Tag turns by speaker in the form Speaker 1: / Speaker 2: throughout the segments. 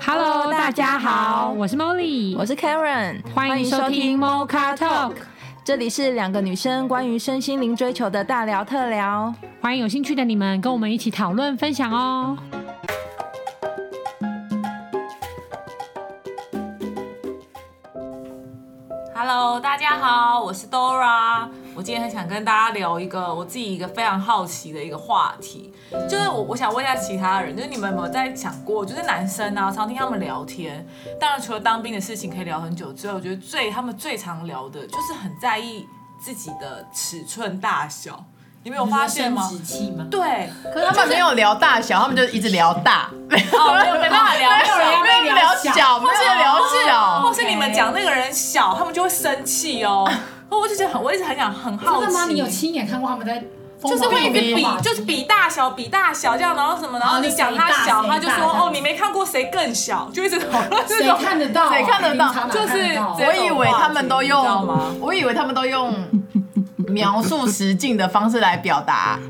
Speaker 1: Hello，大家好，我是 Molly，
Speaker 2: 我是 Karen，
Speaker 1: 欢迎收听 Mocha Talk，
Speaker 2: 这里是两个女生关于身心灵追求的大聊特聊。
Speaker 1: 欢迎有兴趣的你们跟我们一起讨论分享哦。
Speaker 3: Hello，大家好，我是 Dora。我今天很想跟大家聊一个我自己一个非常好奇的一个话题，就是我我想问一下其他人，就是你们有没有在想过，就是男生啊，常听他们聊天，当然除了当兵的事情可以聊很久之外，我觉得最他们最常聊的就是很在意自己的尺寸大小，你们有发现吗？
Speaker 1: 器吗？
Speaker 3: 对，
Speaker 4: 可是他们没有聊大小，他们就一直聊大，没有
Speaker 3: 哦，没有没办法聊小，
Speaker 4: 没有聊小，没有聊
Speaker 3: 或
Speaker 4: 小，
Speaker 3: 是你们讲那个人小，他们就会生气哦。我就觉得很，我一直很想很好奇，
Speaker 5: 亲眼看过他们在？
Speaker 3: 就是会一直比，就是是比大小，比大小这样，然后什么，然后
Speaker 5: 哦
Speaker 3: 你
Speaker 5: 就
Speaker 3: 讲
Speaker 5: 谁
Speaker 3: 他
Speaker 5: 大
Speaker 3: 小，
Speaker 5: 谁
Speaker 3: 他就
Speaker 5: 大
Speaker 3: 说
Speaker 5: 这样
Speaker 3: 哦，你没看过谁更小，就一直讨论这种。
Speaker 5: 得到
Speaker 4: 谁看得到
Speaker 3: 就是这
Speaker 4: 我以为他们都
Speaker 3: 你知道吗
Speaker 4: 用，我以为他们都用描述实境的方式来表达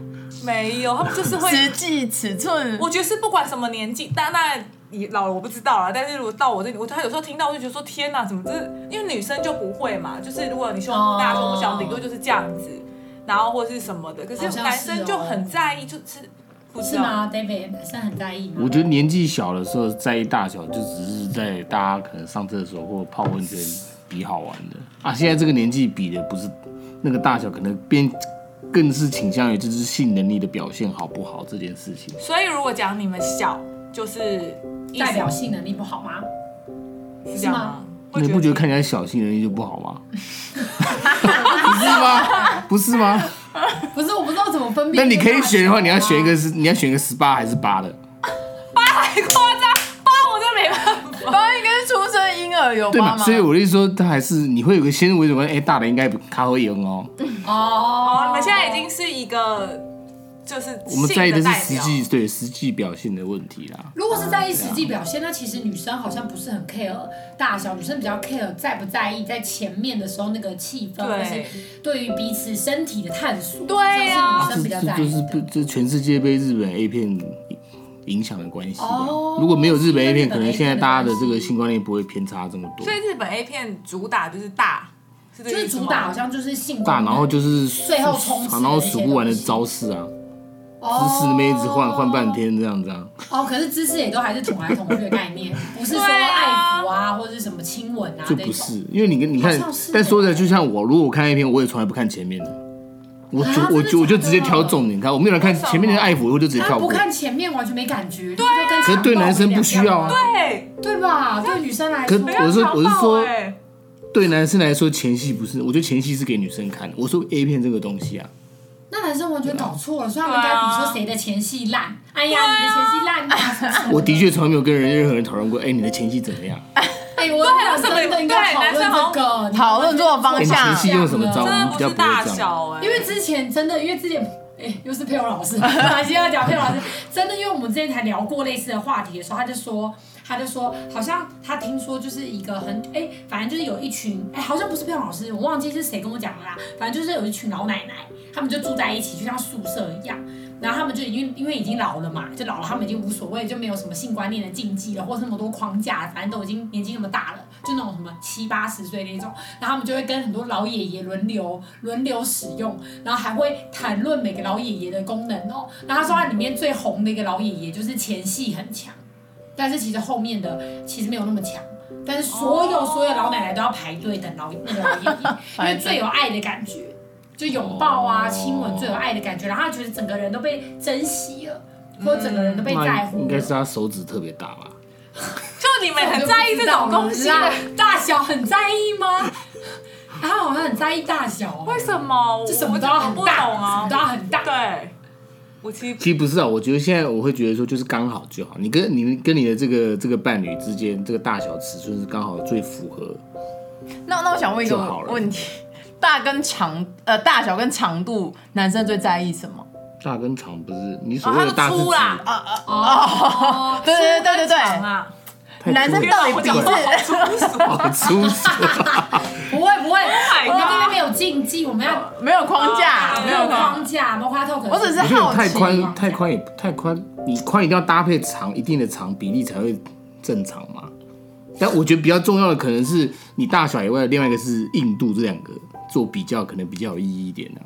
Speaker 3: 没有，他们就是会，
Speaker 4: 实际尺寸。
Speaker 3: 啊我觉得是不管什么年纪，但那你老了我不知道了，但是如果到我这里，我他有时候听到我就觉得说天哪，怎么这？因为女生就不会嘛，就是如果你胸部大
Speaker 5: 哦
Speaker 3: 胸部小，顶多就是这样子，然后或是什么的，可
Speaker 5: 好
Speaker 3: 是
Speaker 5: 像
Speaker 3: 男
Speaker 5: 是
Speaker 3: 生就
Speaker 5: 哦
Speaker 3: 很在意，就是不知
Speaker 5: 是
Speaker 3: 道
Speaker 5: 吗？David 男生很在意吗？
Speaker 6: 我觉得年纪小的时候在意大小，就只是在大家可能上厕所或泡温泉比好玩的啊。现在这个年纪比的不是那个大小，可能变更是倾向于就是性能力的表现好不好这件事情。
Speaker 3: 所以如果讲你们小，就是意思
Speaker 5: 代表性能力不好吗？
Speaker 3: 是这样吗？
Speaker 6: 那你不觉得看起来小性能力就不好吗？ 不是吗？不是吗？
Speaker 5: 不是，我不知道怎么分
Speaker 6: 那你可以选的话，你要选一个是你要选一个十八还是八的？
Speaker 3: 太夸张，八我真没办法。
Speaker 4: 爸应该是出生婴儿有
Speaker 6: 对
Speaker 4: 爸
Speaker 6: 嘛？
Speaker 4: 吗？
Speaker 6: 所以我的意思说，他还是你会有个先入为主观，哎、大的应该咖啡赢哦。
Speaker 5: 哦。
Speaker 3: 好，你们现在已经是一个就是
Speaker 6: 我们在意
Speaker 3: 性
Speaker 6: 的是
Speaker 3: 代
Speaker 6: 实
Speaker 3: 表
Speaker 6: 际对实际表现的问题啦。
Speaker 5: 如果是在意实际表现，那其实女生好像不是很 care 大小，女生比较 care 在不在意在前面的时候那个气氛，或是
Speaker 3: 对
Speaker 5: 对于彼此身体的探索，
Speaker 3: 对啊
Speaker 5: 好像是女生比较在
Speaker 6: 就
Speaker 5: 意
Speaker 6: 是不
Speaker 5: 的。
Speaker 6: 这全世界被日本 A 片影响的关系吧。
Speaker 5: 哦
Speaker 6: 如果没有日本 A 片，
Speaker 5: 是跟日本 A 片的
Speaker 6: 可能现在大家的这
Speaker 5: 关
Speaker 6: 个
Speaker 5: 系
Speaker 6: 性观念不会偏差这么多
Speaker 3: 所。以日本 A 片主打就是大，是这
Speaker 5: 就
Speaker 3: 个意
Speaker 5: 是
Speaker 3: 思吗
Speaker 5: 主打好像就是性功
Speaker 6: 大，
Speaker 5: 能
Speaker 6: 然后就是
Speaker 5: 最后冲刺的
Speaker 6: 然后
Speaker 5: 一些
Speaker 6: 数不完的
Speaker 5: 东西
Speaker 6: 招式啊，
Speaker 5: 哦
Speaker 6: 姿势妹子换换半天这样子啊。
Speaker 5: 哦，可是姿势也都还是捅来捅去的概 念，不是说
Speaker 3: 对
Speaker 5: 爱
Speaker 3: 啊
Speaker 5: 抚啊，或者是什么亲吻啊
Speaker 6: 就
Speaker 5: 那
Speaker 6: 不
Speaker 5: 种。
Speaker 6: 是，因为你跟你看
Speaker 5: 好像是，
Speaker 6: 但
Speaker 5: 欸
Speaker 6: 说的就像我，如果我看 A 片，我也从来不看前面的，我就、
Speaker 5: 啊真的
Speaker 6: 我就我就
Speaker 5: 假的
Speaker 6: 直接挑重点看，我没有人看前面的爱抚，我就直接
Speaker 5: 他
Speaker 6: 跳
Speaker 5: 不
Speaker 6: 过。
Speaker 5: 看前面完全没感觉，对、
Speaker 3: 啊
Speaker 5: 就跟
Speaker 6: 可是对男生不需要
Speaker 5: 强
Speaker 6: 啊
Speaker 5: 暴一
Speaker 3: 对，
Speaker 5: 样，对吧？对女生来说，
Speaker 6: 可
Speaker 3: 不要
Speaker 6: 我是我是
Speaker 3: 强暴
Speaker 6: 说
Speaker 3: 欸
Speaker 6: 对男生来说，前戏不是，我觉得前戏是给女生看的。我说 A 片这个东西啊，
Speaker 5: 那男生完全搞错了，所以他们应该比说谁的前戏烂，哎呀，你的前戏烂啊什么什么
Speaker 6: 我的确从来没有跟人任何人讨论过，哎、你的前戏怎么样？
Speaker 5: 哎，我想真的应该讨
Speaker 3: 对男生好
Speaker 5: 论这个，
Speaker 4: 讨论这个方
Speaker 6: 哎、你
Speaker 4: 向
Speaker 6: 前，戏用什么招？
Speaker 5: 哦
Speaker 6: 我
Speaker 3: 真的
Speaker 6: 们比
Speaker 3: 不
Speaker 6: 较
Speaker 3: 是
Speaker 6: 不会
Speaker 3: 大
Speaker 6: 这样。
Speaker 3: 小哎，
Speaker 5: 因为之前真的，因为之前。哎、又是佩蓉老师， 马西要讲佩蓉老师，真的，因为我们之前才聊过类似的话题的时候，他就说，他就说，好像他听说就是一个很，哎、反正就是有一群，哎、好像不是佩蓉老师，我忘记是谁跟我讲的啦，反正就是有一群老奶奶，他们就住在一起，就像宿舍一样，然后他们就已经因为已经老了嘛，就老了，他们已经无所谓，就没有什么性观念的禁忌了，或是那么多框架了，反正都已经年纪那么大了，就那种什么七八十岁那种，然后他们就会跟很多老爷爷轮流轮流使用，然后还会谈论每个老爷爷的功能哦。然后他说他里面最红的一个老爷爷就是前戏很强，但是其实后面的其实没有那么强。但是所有、所有老奶奶都要排队等老那个老爷爷，因为最有爱的感觉，就拥抱啊、亲吻最有爱的感觉，然后他觉得整个人都被珍惜了，或者整个人都被在
Speaker 6: 那
Speaker 5: 乎了。
Speaker 6: 应该是他手指特别大吧？
Speaker 3: 就你们很在意这种东西，
Speaker 5: 啦，大小很在意吗？他好像很在意大小哦，
Speaker 3: 为什么？
Speaker 5: 就
Speaker 3: 我
Speaker 5: 什么
Speaker 3: 我
Speaker 5: 都要很
Speaker 3: 不
Speaker 5: 大，
Speaker 3: 懂
Speaker 5: 什么
Speaker 3: 啊
Speaker 5: 都。要很大。
Speaker 3: 对，我其实
Speaker 6: 其实不是啊，我觉得现在我会觉得说，就是刚好就好。你跟你跟你的这个这个伴侣之间，这个大小尺寸是刚好最符合。
Speaker 4: 那那我想问一个
Speaker 6: 就好了
Speaker 4: 问题：大跟长，呃，大小跟长度，男生最在意什么？
Speaker 6: 大跟长不是你所
Speaker 3: 哦，
Speaker 6: 谓
Speaker 3: 他
Speaker 6: 的
Speaker 3: 就
Speaker 6: 大是
Speaker 3: 粗
Speaker 6: 指、
Speaker 3: 啦，
Speaker 5: 哦，
Speaker 4: 对对对对对
Speaker 3: 长啊，
Speaker 6: 太粗
Speaker 4: 男生
Speaker 6: 了
Speaker 4: 到底比
Speaker 3: 天哪
Speaker 4: 是？
Speaker 6: 好哦粗俗啊
Speaker 5: 不会不会，
Speaker 3: my
Speaker 5: 我们这边
Speaker 3: god
Speaker 5: 没有禁忌，我们要
Speaker 4: 没有框架，
Speaker 3: 哦
Speaker 5: 没
Speaker 4: 没
Speaker 5: 有
Speaker 4: 有框。
Speaker 5: 框架，没有花透可。
Speaker 4: 我只是
Speaker 6: 我觉得
Speaker 4: 好
Speaker 6: 太
Speaker 4: 奇，
Speaker 6: 宽太宽也太宽，你宽一定要搭配长一定的长比例才会正常嘛。但我觉得比较重要的可能是你大小以外，另外一个是硬度，这两个做比较可能比较有意义一点啊。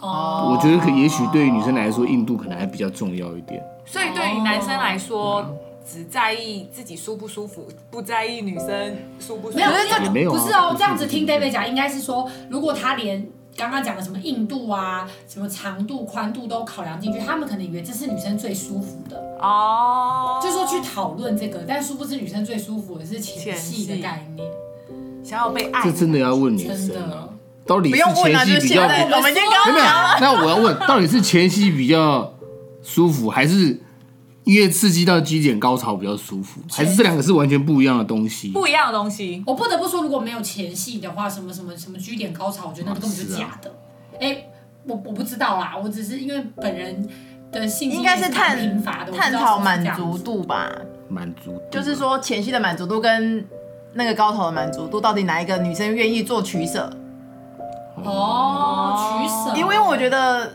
Speaker 6: 哦，我觉得可也许对于女生来说，硬度可能还比较重要一点。
Speaker 3: 所以对于男生来说，只在意自己舒不舒服，不在意女生舒不舒服。
Speaker 5: 没有，
Speaker 3: 可
Speaker 5: 这
Speaker 3: 是
Speaker 5: 样
Speaker 6: 也没有啊
Speaker 5: 不是哦
Speaker 6: 不。是
Speaker 5: 这样子听 David 讲，应该是说，如果他连刚刚讲的什么硬度啊、什么长度、宽度都考量进去，他们可能以为这是女生最舒服的，
Speaker 3: 哦，
Speaker 5: 就说去讨论这个，但殊不知女生最舒服的是前戏
Speaker 3: 前戏
Speaker 5: 的概念，
Speaker 3: 想要被爱
Speaker 4: 哦
Speaker 6: 这，真的要问女
Speaker 5: 真
Speaker 6: 生啊
Speaker 5: 的，。
Speaker 6: 到底
Speaker 4: 不
Speaker 6: 是
Speaker 4: 用问啊
Speaker 6: 前
Speaker 4: 了，就是
Speaker 6: 戏比
Speaker 4: 现
Speaker 6: 较
Speaker 4: 在，我们已经
Speaker 6: 没
Speaker 4: 刚
Speaker 6: 有没有啊
Speaker 4: 讲了。，
Speaker 6: 那我要问，到底是前戏比较舒服，还是因为刺激到基点高潮比较舒服，还是这两个是完全不一样的东西？
Speaker 3: 不一样的东西。
Speaker 5: 我不得不说，如果没有前戏的话，什么什么什么居点高潮，我觉得那个根本就是
Speaker 6: 啊
Speaker 5: 假的。哎、我我不知道啦，我只是因为本人的性经
Speaker 4: 应
Speaker 5: 验
Speaker 4: 该是
Speaker 5: 蛮
Speaker 4: 探
Speaker 5: 贫乏的，我不知道
Speaker 4: 探讨
Speaker 5: 是不是
Speaker 4: 满
Speaker 5: 这样
Speaker 4: 足
Speaker 5: 子。
Speaker 4: 度吧，
Speaker 6: 满足，
Speaker 4: 就是，说前期的满足度跟那个高潮的满足度，到底哪一个女生愿意做取舍？
Speaker 5: 哦哦，取舍，
Speaker 4: 因为我觉得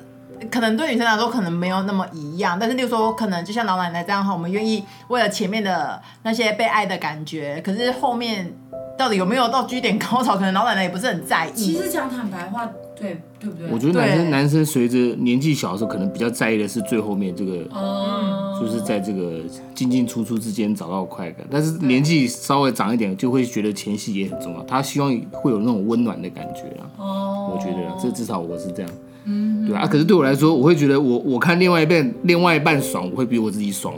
Speaker 4: 可能对女生来说可能没有那么一样，但是例如说可能就像老奶奶这样哈，我们愿意为了前面的那些被爱的感觉，可是后面到底有没有到 G 点高潮，可能老奶奶也不是很在
Speaker 5: 其
Speaker 4: 意。
Speaker 5: 实讲坦白话，对对不对？
Speaker 6: 我觉得男
Speaker 4: 对
Speaker 6: 生男生随着年纪小的时候，可能比较在意的是最后面这个，
Speaker 5: 嗯，
Speaker 6: 就是在这个进进出出之间找到快感。但是年纪稍微长一点，就会觉得前戏也很重要，他希望会有那种温暖的感觉啊。
Speaker 5: 哦，
Speaker 6: 我觉得啦这至少我是这样。嗯，对啊。可是对我来说，我会觉得我我看另外一半另外一半爽，我会比我自己爽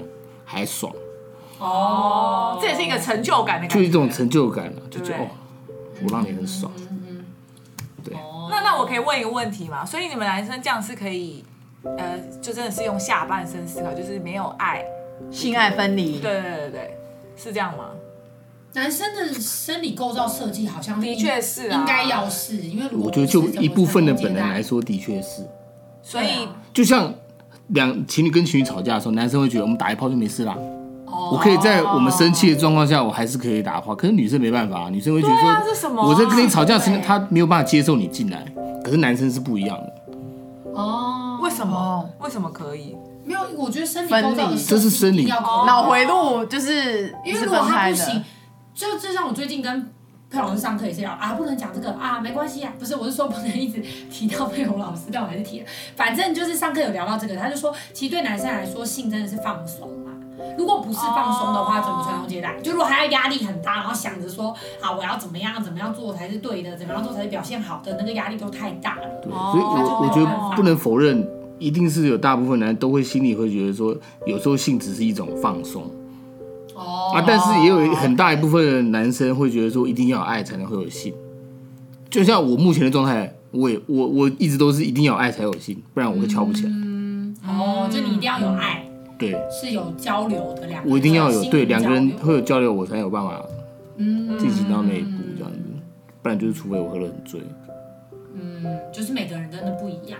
Speaker 6: 还爽，
Speaker 3: 哦，这也是一个成就感的感
Speaker 6: 就
Speaker 3: 觉。
Speaker 6: 一种成就感了、就觉
Speaker 3: 对
Speaker 6: 得哦，我让你很爽。
Speaker 3: 那那我可以问一个问题吗？所以你们男生这样是可以，呃，就真的是用下半身思考，就是没有爱。
Speaker 4: 性爱分离，
Speaker 3: 对对对对，是这样吗？
Speaker 5: 男生的生理构造设计好像
Speaker 3: 的确是啊
Speaker 5: 应该要是，因为如果
Speaker 6: 我觉得就
Speaker 5: 不是
Speaker 6: 一部分的本能
Speaker 5: 怎么接
Speaker 6: 来
Speaker 5: 待，
Speaker 6: 说，的确是，
Speaker 3: 所以
Speaker 6: 就像两情侣跟情侣吵架的时候，男生会觉得我们打一炮就没事啦。
Speaker 3: 哦
Speaker 6: 我可以在我们生气的状况下，我还是可以打炮。可是女生没办法、女生会觉得
Speaker 3: 对啊这是什
Speaker 6: 说，
Speaker 3: 么啊
Speaker 6: 我在跟你吵架的时间，
Speaker 5: 对
Speaker 6: 她没有办法接受你进来。可是男生是不一样的，
Speaker 5: 哦，
Speaker 3: 为什么
Speaker 4: 哦
Speaker 3: 为什么可以？
Speaker 5: 没有，我觉得生理构造
Speaker 4: 分
Speaker 5: 的设
Speaker 4: 离
Speaker 5: 计
Speaker 6: 这是生理
Speaker 5: 一定要
Speaker 3: 哦
Speaker 4: 脑回路就是
Speaker 5: 因为
Speaker 4: 是
Speaker 5: 如果
Speaker 4: 分
Speaker 5: 他
Speaker 4: 开
Speaker 5: 不
Speaker 4: 的
Speaker 5: 行，，就就像我最近跟佩老师上课也是聊啊，不能讲这个啊，没关系啊，不是，我是说不能一直提到佩蓉老师，但我还是提了，反正就是上课有聊到这个，他就说，其实对男生来说，性真的是放松嘛。如果不是放松的话，怎么传宗接代？就如果还要压力很大，然后想着说啊，我要怎么样怎么样做才是对的，怎么样做才是表现好的，那个压力都太大了。
Speaker 6: 对，
Speaker 3: 哦
Speaker 6: 所以我我
Speaker 5: 那
Speaker 6: 觉
Speaker 5: 就没有办
Speaker 6: 得
Speaker 5: 法
Speaker 6: 不能否认，一定是有大部分男人都会心里会觉得说，有时候性只是一种放松
Speaker 5: 哦，
Speaker 6: 啊，但是也有很大一部分的男生会觉得说，一定要有爱才能会有性。就像我目前的状态，我也我我一直都是一定要有爱才有性，不然我会翘不起
Speaker 5: 嗯
Speaker 6: 来。
Speaker 5: 哦，就你一定要有爱，
Speaker 6: 对
Speaker 5: 是有交流的两个人，
Speaker 6: 嗯我一定要有
Speaker 5: 心灵
Speaker 6: 对两个人
Speaker 5: 交流嗯
Speaker 6: 会有交流，我才有办法进行到那一步这样子，不然就是除非我喝得很醉。
Speaker 5: 就是每个人真的不一样。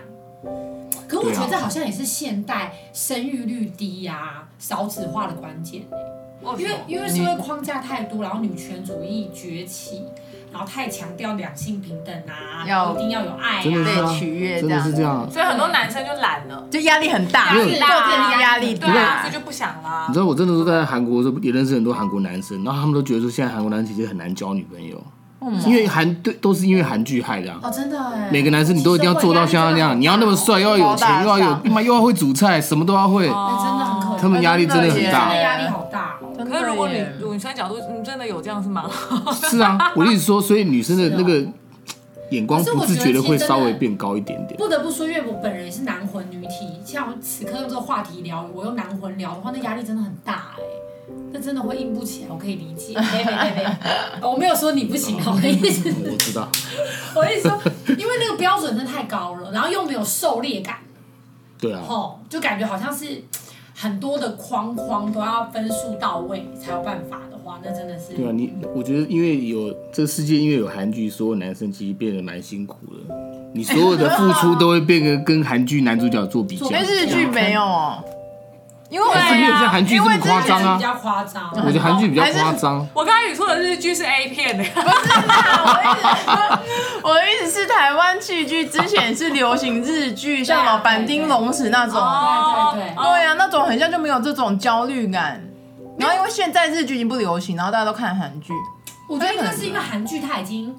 Speaker 5: 可
Speaker 6: 啊
Speaker 5: 我觉得这好像也是现代生育率低呀、少子化的关键，因
Speaker 3: 因
Speaker 5: 为
Speaker 3: 为
Speaker 5: 因为社
Speaker 6: 嗯
Speaker 5: 会框架太多，然后女权主义崛起，然后太强调两性平等啊，然后一定要有爱
Speaker 6: 真的是
Speaker 5: 啊。
Speaker 6: 啊
Speaker 4: 被取悦
Speaker 6: 真的是这样啊。
Speaker 3: 所以很多男生就懒了，
Speaker 4: 就压力很大，
Speaker 6: 没有
Speaker 4: 做这个压力
Speaker 3: 对啊，
Speaker 4: 大
Speaker 3: 所以。就不想啦
Speaker 6: 你。知道我真的都在韩国的时候也认识很多韩国男生，然后他们都觉得说现在韩国男生其实很难交女朋友，因为韩对都是因为韩剧害的、啊。
Speaker 5: 哦，真的哎，
Speaker 6: 每个男生你都一定要做到像他那样，你要那么帅，又要有钱，又要
Speaker 5: 哦
Speaker 6: 有，妈又要会煮菜，什么都要会。
Speaker 5: 哎，真的很可
Speaker 6: 他
Speaker 5: 怜，
Speaker 6: 们压力真的很
Speaker 5: 真的
Speaker 6: 大。
Speaker 5: 压力好大哦。
Speaker 4: 真的
Speaker 3: 可是如果女
Speaker 4: 耶
Speaker 3: 女生角度，嗯，真的有这样是蛮好。
Speaker 6: 是啊，我一直说，所以女生
Speaker 5: 哦
Speaker 6: 的那个眼光不自觉的会稍微变高一点点。
Speaker 5: 不得不说，因为我本人也是男魂女体，像我此刻用这个话题聊，我用男魂聊的话，那压力真的很大哎、那真的会硬不起来，我可以理解。没没没没，我没有说你不行啊，我的意思，
Speaker 6: 我知道，
Speaker 5: 我的意思说，因为那个标准真的太高了，然后又没有狩猎感，
Speaker 6: 对啊，
Speaker 5: 哦，就感觉好像是很多的框框都要分数到位才有办法的话，那真的是
Speaker 6: 对啊，你我觉得因为有这个世界，因为有韩剧，所有男生其实变得蛮辛苦的。你所有的付出都会变得跟韩剧男主角做比较，
Speaker 4: 因为日剧没有哦，因为我
Speaker 5: 啊
Speaker 6: 但是没有像韩剧啊这么夸
Speaker 5: 那
Speaker 6: 张
Speaker 5: 就比
Speaker 6: 啊。
Speaker 5: 较夸张。
Speaker 6: 我觉得韩剧比较夸张，
Speaker 3: 我刚才你说的日剧是 A 片的，
Speaker 4: 我的意思是，台湾戏剧之前是流行 日剧，像老板丁龙史那种。啊
Speaker 5: 对对对啊
Speaker 4: 哦对呀、啊，那种很像就没有这种焦虑感。然后因为现在日剧已经不流行，然后大家都看韩剧，
Speaker 5: 我觉得应该是因为韩剧它已经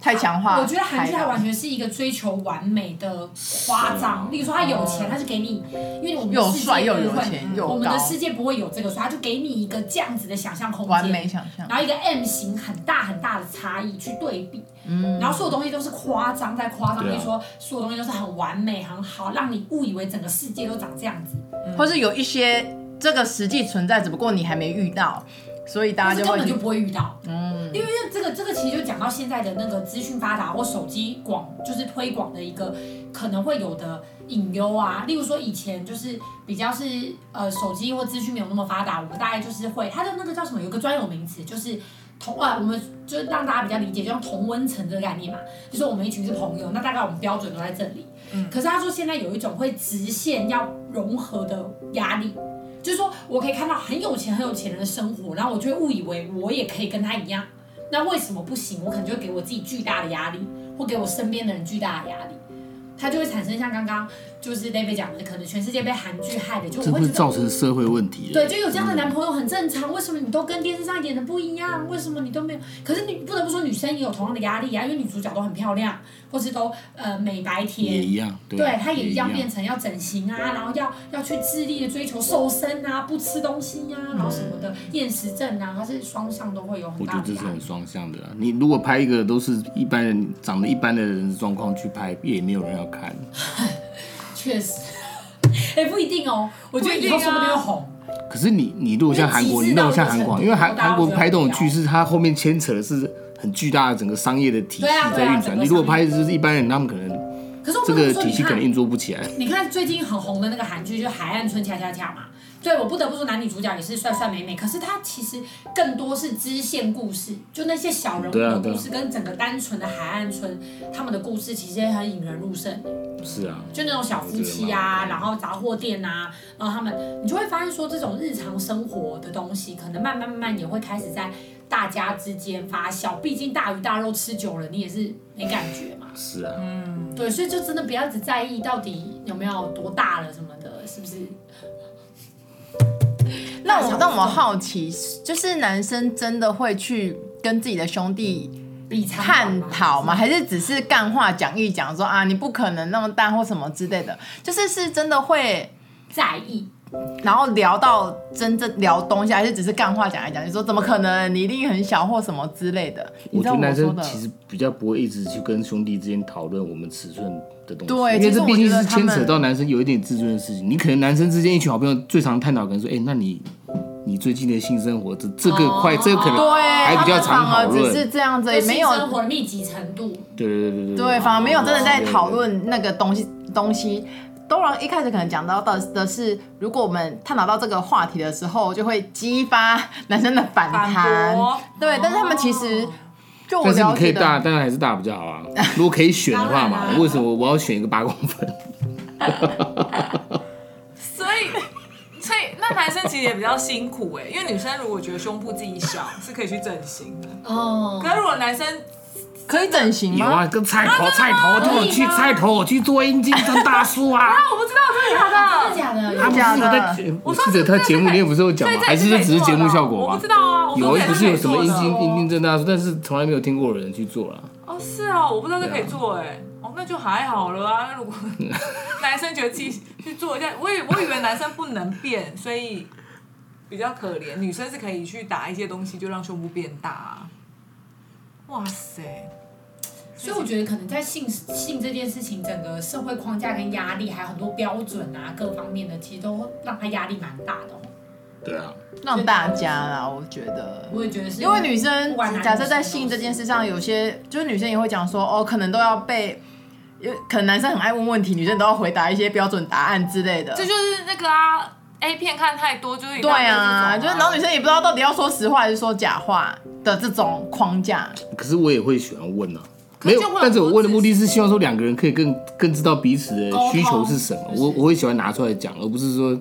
Speaker 4: 太强化。
Speaker 5: 我觉得韩剧它
Speaker 4: 太
Speaker 5: 完全是一个追求完美的夸张，例如说他有钱，他就给你，因为我们的
Speaker 4: 啊哦
Speaker 5: 世
Speaker 4: 又
Speaker 5: 界
Speaker 4: 帅又
Speaker 5: 不
Speaker 4: 有
Speaker 5: 会
Speaker 4: 钱又
Speaker 5: 我们
Speaker 4: 高
Speaker 5: 的世界不会有这个，所以他就给你一个这样子的想象空间，
Speaker 4: 完美想象。
Speaker 5: 然后一个 M 型很大很大的差异去对比，
Speaker 4: 嗯
Speaker 5: 然后所有东西都是夸张再夸张，
Speaker 6: 对啊
Speaker 5: 比如说所有东西都是很完美很好，让你误以为整个世界都长这样子，
Speaker 4: 或是有一些这个实际存在，只不过你还没遇到，所以大
Speaker 5: 但
Speaker 4: 家
Speaker 5: 是
Speaker 4: 就
Speaker 5: 根
Speaker 4: 会
Speaker 5: 本就不会遇到。嗯，因为这个这个其实就讲到现在的那个资讯发达或手机广，就是推广的一个可能会有的隐忧啊。例如说以前就是比较是呃手机或资讯没有那么发达，我们大概就是会它的那个叫什么，有个专有名词就是。同啊，我们就是让大家比较理解，就像同温层这个概念嘛，就说我们一群是朋友，那大概我们标准都在这里。嗯，可是他说现在有一种会直线要融合的压力，就是说我可以看到很有钱很有钱人的生活，然后我就会误以为我也可以跟他一样，那为什么不行？我可能就会给我自己巨大的压力，或给我身边的人巨大的压力，它就会产生像刚刚就是 David 讲的，可能全世界被韩剧害的，就
Speaker 6: 这
Speaker 5: 我会
Speaker 6: 会
Speaker 5: 觉得
Speaker 6: 造成社会问题的。
Speaker 5: 对，就有这样的男朋友很正常。为什么你都跟电视上演的不一样？为什么你都没有？可是你不得不说，女生也有同样的压力啊，因为女主角都很漂亮，或是都呃美白
Speaker 6: 也
Speaker 5: 甜，
Speaker 6: 一样，对
Speaker 5: 对，她也一样变成要整形啊，然后要要去致力的追求瘦身啊，不吃东西啊，然后什么的厌食症啊，它是双向都会有很
Speaker 6: 嗯我觉
Speaker 5: 大的
Speaker 6: 得这
Speaker 5: 压
Speaker 6: 是很
Speaker 5: 力。
Speaker 6: 双向的、啊。你如果拍一个都是一般人长得一般的人的状况去拍，也没有人要看。
Speaker 5: 确实， 哎、不一定哦，我觉得以后
Speaker 3: 不一定啊
Speaker 5: 说不定会红。
Speaker 6: 可是你你如果像韩国，
Speaker 5: 因为极致
Speaker 6: 你那
Speaker 5: 到
Speaker 6: 种像
Speaker 5: 一个
Speaker 6: 韩国，
Speaker 5: 程
Speaker 6: 因为韩
Speaker 5: 度大家
Speaker 6: 韩国
Speaker 5: 都
Speaker 6: 拍这种
Speaker 5: 不要
Speaker 6: 剧是它后面牵扯的是很巨大的整个商业的体系
Speaker 5: 对啊对
Speaker 6: 在
Speaker 5: 啊
Speaker 6: 运
Speaker 5: 整
Speaker 6: 转。
Speaker 5: 个
Speaker 6: 你如果
Speaker 5: 商
Speaker 6: 拍就是一般人，他们可能
Speaker 5: 可是我
Speaker 6: 这
Speaker 5: 不得
Speaker 6: 个
Speaker 5: 不说，
Speaker 6: 体
Speaker 5: 你
Speaker 6: 系可
Speaker 5: 看
Speaker 6: 能，运作不起来。
Speaker 5: 你看最近很红的那个韩剧，就是《海岸村恰恰恰》嘛。对，我不得不说，男女主角也是帅帅美美，可是他其实更多是支线故事，就那些小人物
Speaker 6: 对啊
Speaker 5: 的
Speaker 6: 对啊
Speaker 5: 故事，跟整个单纯的海岸村他们的故事，其实也很引人入胜。
Speaker 6: 是啊，
Speaker 5: 就那种小夫妻啊，然后杂货店啊，然后他们，你就会发现说，这种日常生活的东西，可能慢慢慢慢也会开始在大家之间发酵。毕竟大鱼大肉吃久了，你也是没感觉嘛。
Speaker 6: 是啊，
Speaker 4: 嗯
Speaker 5: 对，所以就真的不要只在意到底有没有多大了什么的，是不是？
Speaker 4: 那我让我好奇，就是男生真的会去跟自己的兄弟
Speaker 5: 比长短嘛
Speaker 4: 探讨吗？？还是只是干话讲一讲说啊，你不可能那么大或什么之类的？就是是真的会，
Speaker 5: 在意，
Speaker 4: 然后聊到真正聊东西，还是只是干话讲一讲？你说怎么可能？你一定很小或什么之类的？你
Speaker 6: 我
Speaker 4: 知
Speaker 6: 觉
Speaker 4: 道
Speaker 6: 得男
Speaker 4: 说
Speaker 6: 生
Speaker 4: 的？
Speaker 6: 其实比较不会一直去跟兄弟之间讨论我们尺寸的东西，
Speaker 4: 对
Speaker 6: 因为
Speaker 4: 其实
Speaker 6: 这
Speaker 4: 我
Speaker 6: 毕竟
Speaker 4: 觉得
Speaker 6: 是
Speaker 4: 他
Speaker 6: 牵扯
Speaker 4: 们
Speaker 6: 到男生有一点自尊的事情。你可能男生之间一群好朋友最常探讨，可能说，哎、那你你最近的性生活，这这
Speaker 5: 哦
Speaker 6: 个块，这个可能
Speaker 4: 对，
Speaker 6: 还比较
Speaker 4: 他们
Speaker 6: 常
Speaker 4: 反而
Speaker 6: 讨
Speaker 4: 只是
Speaker 6: 论。
Speaker 4: 这样子，
Speaker 5: 对
Speaker 4: 也没有
Speaker 5: 生活的密集程度，
Speaker 6: 对对对对对，
Speaker 3: 哦
Speaker 4: 对，反而没有真的在讨
Speaker 6: 对。对对
Speaker 4: 论那个东西东西。都然一开始可能讲到的的是，如果我们探讨到这个话题的时候，就会激发男生的反弹
Speaker 3: 反驳。
Speaker 4: 对，但是他们其实就
Speaker 3: 哦
Speaker 4: 我
Speaker 6: 但是
Speaker 4: 了
Speaker 6: 你可
Speaker 4: 解
Speaker 6: 以大，
Speaker 4: 的，
Speaker 6: 当然还是大比较 好啊。如果可以选的话
Speaker 5: 当
Speaker 6: 嘛
Speaker 5: 然，啊
Speaker 6: 为什么我要选一个八公分？
Speaker 3: 所以，所以那男生其实也比较辛苦哎、因为女生如果觉得胸部自己小，是可以去整形的。
Speaker 5: 哦，
Speaker 3: 可是如果男生
Speaker 4: 可以整形
Speaker 6: 有
Speaker 4: 吗？
Speaker 6: 啊，跟菜头菜头，就
Speaker 3: 啊
Speaker 6: 我去菜头，我去做阴茎跟大叔啊。
Speaker 3: 我不知道真的假
Speaker 5: 真
Speaker 3: 的
Speaker 5: 的，假的？
Speaker 6: 他不
Speaker 4: 假
Speaker 6: 是有
Speaker 4: 的
Speaker 6: 在节，
Speaker 3: 我
Speaker 6: 我
Speaker 3: 说
Speaker 6: 记得
Speaker 3: 这
Speaker 6: 他
Speaker 3: 这
Speaker 6: 节目里面不是有讲
Speaker 3: 所以
Speaker 6: 吗？
Speaker 3: 这
Speaker 6: 还是
Speaker 3: 这
Speaker 6: 这
Speaker 3: 可以
Speaker 6: 只是节目
Speaker 3: 做的
Speaker 6: 效果
Speaker 3: 我
Speaker 6: 吧
Speaker 3: 不知？道啊，我
Speaker 6: 有
Speaker 3: 说
Speaker 6: 啊，
Speaker 3: 这
Speaker 6: 不是有什么
Speaker 3: 可以
Speaker 6: 阴
Speaker 3: 做的
Speaker 6: 茎阴茎正大叔，但是从来没有听过有人去做啊啦。
Speaker 3: 哦，是哦，我不知道这
Speaker 6: 啊
Speaker 3: 可以做哎、哦，那就还好了啊。那如 果男生觉得自己去做一下，我以我以为男生不能变，所以比较可怜。女生是可以去打一些东西，就让胸部变大、啊。哇塞！
Speaker 5: 所以我觉得可能在性性这件事情，整个社会框架跟压力，还有很多标准啊，各方面的，其实都让他压力蛮大的、哦。
Speaker 6: 对啊，
Speaker 4: 让大家啦，我觉得。
Speaker 5: 我也觉得是，
Speaker 4: 因为女生
Speaker 5: 不管男女
Speaker 4: 假设在性这件事上，有些就是女生也会讲说，哦，可能都要被，因为可能男生很爱问问题，女生都要回答一些标准答案之类的。
Speaker 3: 这就是那个啊，A 片看太多就是一大
Speaker 4: 对
Speaker 3: 堆这种
Speaker 4: 啊，就是然后女生也不知道到底要说实话还是说假话的这种框架。
Speaker 6: 可是我也会喜欢问啊。
Speaker 3: 可
Speaker 6: 没
Speaker 3: 是
Speaker 6: 有
Speaker 3: 就会有，
Speaker 6: 但是我问的目的
Speaker 3: 很多
Speaker 6: 是希望说两个人可以更更知道彼此的需求是什么。
Speaker 5: 沟通
Speaker 6: 我我会喜欢拿出来讲，而不是说